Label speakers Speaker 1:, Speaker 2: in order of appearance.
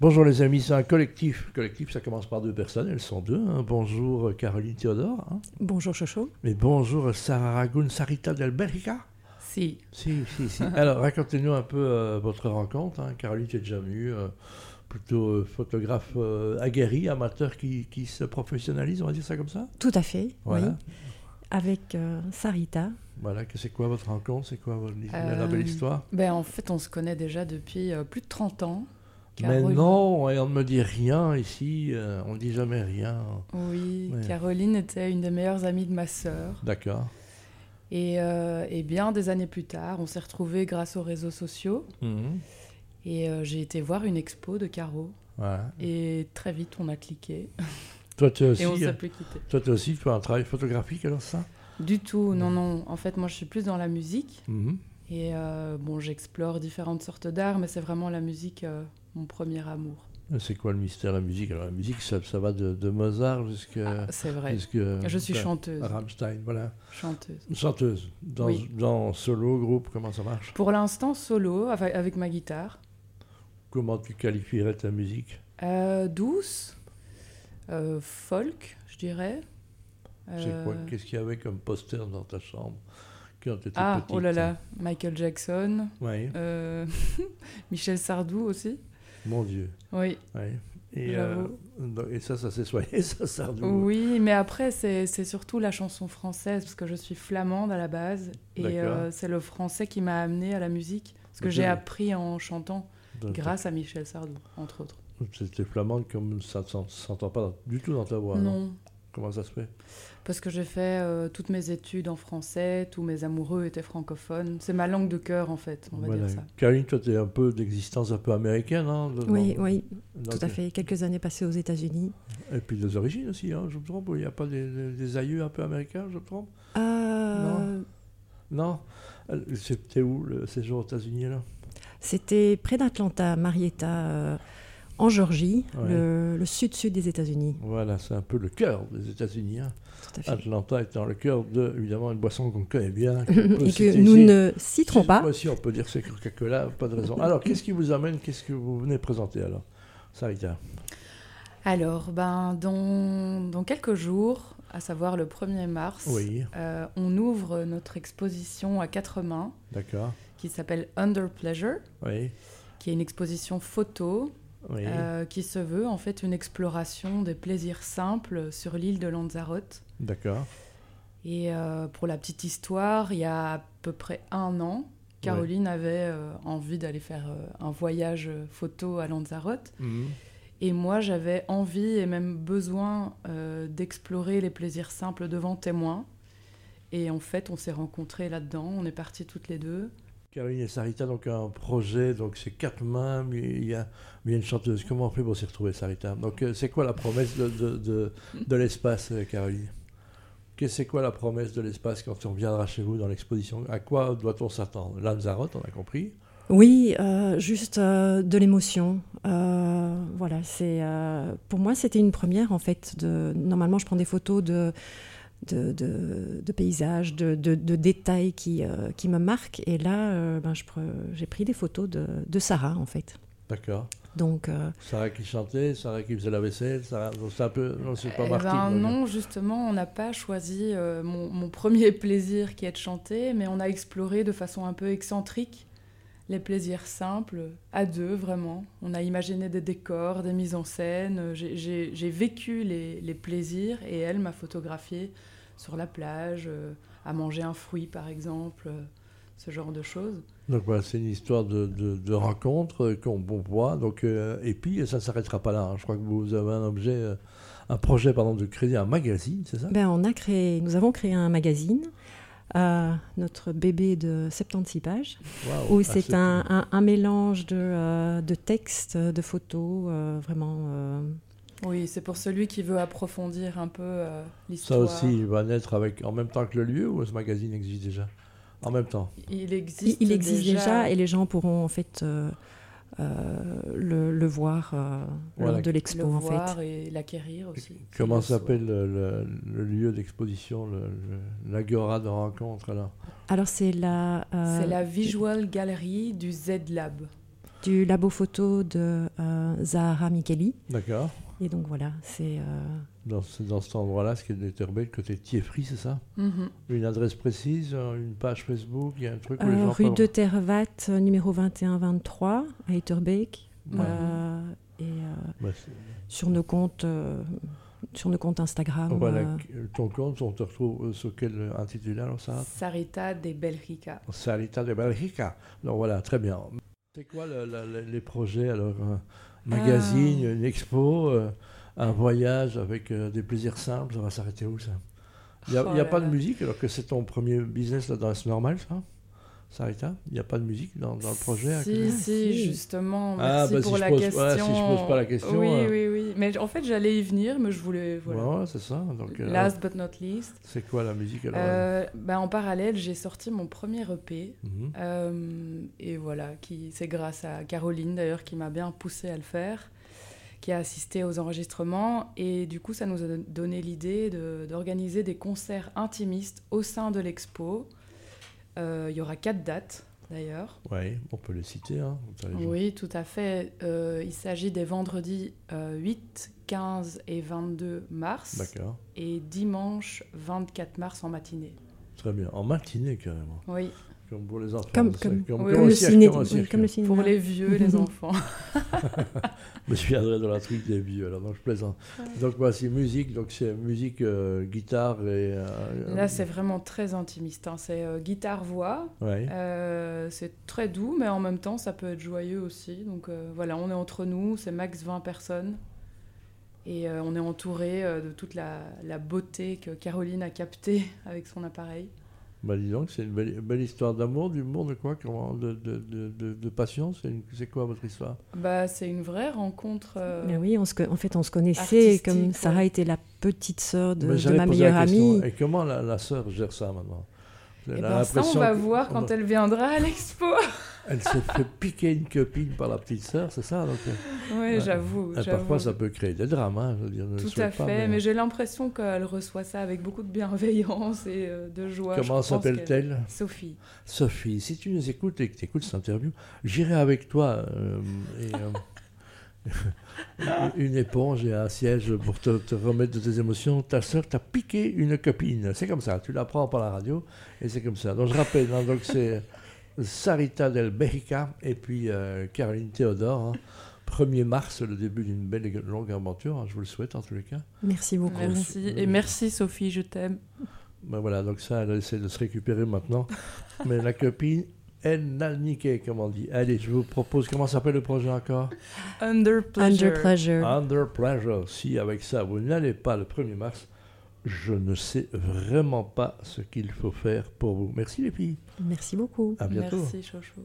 Speaker 1: Bonjour les amis, c'est un collectif. Collectif, ça commence par deux personnes, elles sont deux. hein. Bonjour euh, Caroline Théodore. hein.
Speaker 2: Bonjour Chocho.
Speaker 1: Mais bonjour euh, Sarah Ragoun Sarita d'Alberica.
Speaker 2: Si.
Speaker 1: Si, si, si. Alors racontez-nous un peu euh, votre rencontre. hein. Caroline, tu es déjà venue, euh, plutôt euh, photographe euh, aguerri, amateur qui, qui se professionnalise, on va dire ça comme ça
Speaker 2: Tout à fait,
Speaker 1: Voilà.
Speaker 2: oui. Avec euh, Sarita.
Speaker 1: Voilà, que c'est quoi votre rencontre C'est quoi votre- la,
Speaker 3: Euh,
Speaker 1: belle histoire
Speaker 3: Ben, en fait, on se connaît déjà depuis euh, plus de 30 ans.
Speaker 1: Mais
Speaker 3: Caroline-
Speaker 1: non, et on ne me dit rien ici, euh, on ne dit jamais rien.
Speaker 3: Oui,
Speaker 1: Ouais.
Speaker 3: Caroline était une des meilleures amies de ma sœur.
Speaker 1: D'accord.
Speaker 3: Et, euh, et bien des années plus tard, on s'est retrouvés grâce aux réseaux sociaux.
Speaker 1: Mhm.
Speaker 3: Et euh, j'ai été voir une expo de Caro.
Speaker 1: Voilà.
Speaker 3: Et très vite, on a cliqué.
Speaker 1: Toi, tu es aussi,
Speaker 3: Et on
Speaker 1: euh,
Speaker 3: s'est plus quitté.
Speaker 1: toi, tu es aussi, tu as un travail photographique alors ça
Speaker 3: Du tout, non,
Speaker 1: Ouais.
Speaker 3: non. En fait, moi, je suis plus dans la musique.
Speaker 1: Mhm.
Speaker 3: Et euh, bon, j'explore différentes sortes d'art, mais c'est vraiment la musique euh, mon premier amour.
Speaker 1: C'est quoi le mystère de la musique Alors la musique, ça, ça va de, de Mozart jusqu'à...
Speaker 3: Ah, c'est vrai.
Speaker 1: jusqu'à-
Speaker 3: Je suis
Speaker 1: à-
Speaker 3: chanteuse.
Speaker 1: à Rammstein, voilà.
Speaker 3: Chanteuse.
Speaker 1: Une Chanteuse. Dans,
Speaker 3: Oui.
Speaker 1: dans solo, groupe, comment ça marche
Speaker 3: Pour l'instant, solo, avec, avec ma guitare.
Speaker 1: Comment tu qualifierais ta musique
Speaker 3: Euh, douce, euh, folk, je dirais.
Speaker 1: C'est quoi
Speaker 3: Euh,
Speaker 1: Qu'est-ce qu'il y avait comme poster dans ta chambre quand tu étais
Speaker 3: Ah,
Speaker 1: petite
Speaker 3: oh là là, Michael Jackson,
Speaker 1: Oui,
Speaker 3: euh, Michel Sardou aussi.
Speaker 1: mon Dieu.
Speaker 3: Oui,
Speaker 1: Oui. Et,
Speaker 3: Bravo.
Speaker 1: euh, donc- et ça, ça s'est soigné, ça, ça
Speaker 3: oui, mais après, c'est c'est surtout la chanson française, parce que je suis flamande à la base, et
Speaker 1: D'accord.
Speaker 3: euh, c'est le français qui m'a amené à la musique, parce que
Speaker 1: Ok.
Speaker 3: j'ai appris en chantant, grâce à Michel Sardou, entre autres.
Speaker 1: C'était flamande comme ça ne s'en- s'entend pas dans- du tout dans ta voix.
Speaker 3: Non,
Speaker 1: Comment ça se fait
Speaker 3: Parce que j'ai fait euh, toutes mes études en français, tous mes amoureux étaient francophones. C'est ma langue de cœur, en fait, on va
Speaker 1: Voilà.
Speaker 3: dire ça.
Speaker 1: Caroline, toi, tu es un peu d'existence un peu américaine. Hein, de-
Speaker 2: Oui,
Speaker 1: dans-
Speaker 2: oui,
Speaker 1: dans
Speaker 2: tout
Speaker 1: tes-
Speaker 2: à fait. Quelques années passées aux États-Unis.
Speaker 1: Et puis des origines aussi, hein, je me trompe. Il n'y a pas des, des- des aïeux un peu américains, je me trompe
Speaker 2: Euh,
Speaker 1: Non Euh, C'était où le séjour aux États-Unis là
Speaker 2: C'était près d'Atlanta, Marietta, euh, en Géorgie,
Speaker 1: Ouais.
Speaker 2: le- le sud-sud des États-Unis.
Speaker 1: Voilà, c'est un peu le cœur des États-Unis. hein.
Speaker 2: Tout à fait.
Speaker 1: Atlanta étant le cœur de, évidemment, une boisson qu'on connaît bien.
Speaker 2: Et que nous ne citerons pas.
Speaker 1: Moi aussi, on peut dire que c'est Coca-Cola, pas de raison. Alors, qu'est-ce qui vous amène Qu'est-ce que vous venez présenter alors Sarita.
Speaker 3: Alors, ben, dans, dans quelques jours, à savoir le 1er mars,
Speaker 1: Oui,
Speaker 3: euh, on ouvre notre exposition à quatre mains
Speaker 1: d'accord.
Speaker 3: qui s'appelle Under Pleasure,
Speaker 1: Oui,
Speaker 3: qui est une exposition photo
Speaker 1: oui.
Speaker 3: euh, qui se veut en fait une exploration des plaisirs simples sur l'île de Lanzarote.
Speaker 1: D'accord.
Speaker 3: Et euh, pour la petite histoire, il y a à peu près un an, Caroline avait euh, envie d'aller faire euh, un voyage euh, photo à Lanzarote.
Speaker 1: Mhm.
Speaker 3: Et moi, j'avais envie et même besoin euh, d'explorer les plaisirs simples devant témoins. Et en fait, on s'est rencontrés là-dedans. On est partis toutes les deux.
Speaker 1: Caroline et Sarita, donc un projet, donc c'est quatre mains, mais il y a, mais il y a une chanteuse. Comment on fait pour s'y retrouver, Sarita Donc, euh, c'est quoi la promesse de, de, de, de l'espace, euh, Caroline Qu'est- C'est quoi la promesse de l'espace quand on reviendra chez vous dans l'exposition À quoi doit-on s'attendre Lanzarote, on a compris.
Speaker 2: Oui, euh, juste euh, de l'émotion. Euh, voilà, c'est euh, pour moi c'était une première en fait. De, normalement, je prends des photos de de, de- de paysages, de, de- de détails qui euh, qui me marquent. Et là, euh, ben, je pre- j'ai pris des photos de, de Sarah en fait.
Speaker 1: D'accord.
Speaker 2: Donc euh,
Speaker 1: Sarah qui chantait, Sarah qui faisait la vaisselle, Sarah. donc C'est un peu. Non, c'est pas
Speaker 3: Eh
Speaker 1: Martine.
Speaker 3: ben
Speaker 1: donc.
Speaker 3: non, justement, on n'a pas choisi euh, mon, mon premier plaisir qui est de chanter, mais on a exploré de façon un peu excentrique les plaisirs simples, à deux vraiment. On a imaginé des décors, des mises en scène. euh, j'ai- J'ai j'ai vécu les, les plaisirs et elle m'a photographié sur la plage, euh, à manger un fruit par exemple, euh, ce genre de choses.
Speaker 1: Donc voilà, c'est une histoire de, de, de rencontre euh, qu'on bon, voit. Donc, euh, et puis, ça ne s'arrêtera pas là. hein. Je crois que vous avez un objet, euh, un projet, pardon, de créer un magazine, c'est ça
Speaker 2: ben on a créé, nous avons créé un magazine, euh, notre bébé de 76 pages.
Speaker 1: Waouh.
Speaker 2: où
Speaker 1: Ah,
Speaker 2: c'est un, un- un mélange de, euh, de textes, de photos, euh, vraiment. euh,
Speaker 3: Oui, c'est pour celui qui veut approfondir un peu euh,
Speaker 1: Ça
Speaker 3: l'histoire.
Speaker 1: aussi, il va naître avec, en même temps que le lieu ou ce magazine existe déjà En même temps.
Speaker 3: Il
Speaker 2: il,
Speaker 3: existe,
Speaker 2: il existe déjà,
Speaker 3: déjà
Speaker 2: et les gens pourront en fait euh, euh, le, le voir euh,
Speaker 1: Voilà.
Speaker 2: lors de
Speaker 3: le
Speaker 2: l'expo en
Speaker 3: voir
Speaker 2: fait.
Speaker 3: et l'acquérir aussi.
Speaker 1: Comment
Speaker 3: s'il le
Speaker 1: s'appelle le, le- le lieu d'exposition, le- le- l'agora de rencontre alors
Speaker 2: Alors c'est la,
Speaker 3: souhaite.
Speaker 2: euh,
Speaker 3: C'est la Visual Gallery du Z Lab.
Speaker 2: du labo photo de euh, Zahara Micheli.
Speaker 1: D'accord.
Speaker 2: Et donc voilà, c'est. euh,
Speaker 1: Dans, ce- dans cet endroit-là, ce qui est déterminé, le côté Thieffry, c'est ça
Speaker 3: Mhm.
Speaker 1: Une adresse précise, euh, une page Facebook, il y a un truc où les
Speaker 2: euh,
Speaker 1: gens
Speaker 2: rue
Speaker 1: peuvent-
Speaker 2: de Tervat, euh, numéro 21-23, à Etterbeek.
Speaker 1: Ouais.
Speaker 2: Euh, et euh,
Speaker 1: Bah, c'est-
Speaker 2: sur nos comptes, euh, sur nos comptes Instagram.
Speaker 1: Ah, voilà,
Speaker 2: euh,
Speaker 1: ton compte, on te retrouve euh, sur quel intitulé alors ça
Speaker 3: Ah. Sarita de Belgica.
Speaker 1: Salita de Belgica. Donc voilà, très bien. C'est quoi le- le- le- les projets alors
Speaker 3: Euh.
Speaker 1: Un magazine, une expo, euh, un voyage avec euh, des plaisirs simples, ça va s'arrêter où ça Il n'y a,
Speaker 3: Oh
Speaker 1: il y a
Speaker 3: là
Speaker 1: pas de
Speaker 3: là.
Speaker 1: musique alors que c'est ton premier business là dans c'est normal ça Sarita, il n'y a pas de musique dans, dans le projet hein,
Speaker 3: Si,
Speaker 2: Ah,
Speaker 3: si,
Speaker 2: si.
Speaker 3: justement.
Speaker 1: Ah,
Speaker 3: Merci
Speaker 1: bah, si
Speaker 3: pour
Speaker 1: je
Speaker 3: la
Speaker 1: pose- ouais,
Speaker 3: question.
Speaker 1: si je pose pas la question,
Speaker 3: Oui,
Speaker 1: euh.
Speaker 3: oui, oui. Mais en fait, j'allais y venir, mais je voulais. Voilà.
Speaker 1: Voilà, c'est ça. Donc, euh,
Speaker 3: Last but not least.
Speaker 1: C'est quoi la musique alors
Speaker 3: Euh, bah, en parallèle, j'ai sorti mon premier E EP.
Speaker 1: Mhm.
Speaker 3: euh, et voilà, qui, c'est grâce à Caroline d'ailleurs qui m'a bien poussé à le faire, qui a assisté aux enregistrements. Et du coup, ça nous a don- donné l'idée de- d'organiser des concerts intimistes au sein de l'expo. Euh, Il y aura quatre dates d'ailleurs.
Speaker 1: Oui, on peut les citer. Hein. Vous avez-
Speaker 3: Oui, tout à fait. Euh, il s'agit des vendredis euh, 8, 15 et 22 mars
Speaker 1: D'accord.
Speaker 3: et dimanche 24 mars en matinée.
Speaker 1: Très bien. En matinée carrément.
Speaker 3: Oui,
Speaker 1: Comme pour les enfants.
Speaker 2: Comme-
Speaker 1: c'est-
Speaker 2: comme-
Speaker 3: Oui,
Speaker 2: Comme
Speaker 1: au
Speaker 2: le,
Speaker 1: cirque,
Speaker 2: ciné,
Speaker 1: comme au cirque.
Speaker 2: comme le cinéma.
Speaker 3: pour les vieux, les enfants.
Speaker 1: Mais je viendrai dans la truc des vieux, alors donc je plaisante. Donc voici musique, donc c'est musique, euh, guitare et. euh,
Speaker 3: Là, c'est vraiment très intimiste. hein. C'est euh, guitare-voix.
Speaker 1: Ouais.
Speaker 3: Euh, c'est très doux, mais en même temps, ça peut être joyeux aussi. Donc euh, voilà, on est entre nous, c'est max 20 personnes. Et euh, on est entouré euh, de toute la, la beauté que Caroline a captée avec son appareil.
Speaker 1: Bah, dis donc, c'est une belle, belle histoire d'amour, d'humour, de quoi comment, de, de, de, de- de passion C'est une- c'est quoi votre histoire
Speaker 3: Bah, c'est une vraie rencontre. euh,
Speaker 2: Mais oui, on se co- en fait, on se connaissait
Speaker 3: artistique,
Speaker 2: comme
Speaker 3: ouais.
Speaker 2: Sarah était la petite sœur de,
Speaker 1: Mais
Speaker 2: de
Speaker 1: j'allais
Speaker 2: ma
Speaker 1: poser Bah, la
Speaker 2: meilleure
Speaker 1: question.
Speaker 2: amie.
Speaker 1: Et comment la, la sœur gère ça maintenant Elle
Speaker 3: Eh
Speaker 1: a
Speaker 3: ben, ça, on
Speaker 1: l'impression
Speaker 3: va
Speaker 1: que-
Speaker 3: voir quand elle viendra à l'expo.
Speaker 1: Elle se fait piquer une copine par la petite sœur, c'est ça donc, euh,
Speaker 3: oui, j'avoue.
Speaker 1: euh,
Speaker 3: j'avoue.
Speaker 1: Parfois, ça peut créer des drames. hein, je veux dire, je ne
Speaker 3: Tout à
Speaker 1: souhaite
Speaker 3: fait,
Speaker 1: pas,
Speaker 3: mais, j'ai l'impression qu'elle reçoit ça avec beaucoup de bienveillance et euh, de joie. Je
Speaker 1: Comment
Speaker 3: pense qu'elle-
Speaker 1: s'appelle-t-elle
Speaker 3: Sophie.
Speaker 1: Sophie, si tu nous écoutes et que tu écoutes cette interview, j'irai avec toi euh, et, euh, une éponge et un siège pour te, te remettre de tes émotions. Ta soeur t'a piqué une copine. C'est comme ça, tu l'apprends par la radio et c'est comme ça. Donc je rappelle, hein, donc c'est Sarita Del Berica et puis euh, Caroline Théodore. hein. 1er mars, le début d'une belle et longue aventure, hein, je vous le souhaite en tous les cas.
Speaker 2: Merci beaucoup.
Speaker 3: Bah, Merci.
Speaker 1: Bah,
Speaker 3: Et merci Sophie, je t'aime.
Speaker 1: Ben voilà, donc ça, elle essaie de se récupérer maintenant. Mais la copine, elle n'a niqué, comme on dit. Allez, je vous propose, comment s'appelle le projet encore
Speaker 3: Under pleasure.
Speaker 2: Under pleasure.
Speaker 1: Under Pleasure. Si avec ça, vous n'allez pas le 1er mars, je ne sais vraiment pas ce qu'il faut faire pour vous. Merci les filles.
Speaker 2: Merci beaucoup.
Speaker 1: À bientôt.
Speaker 3: Merci Chocho.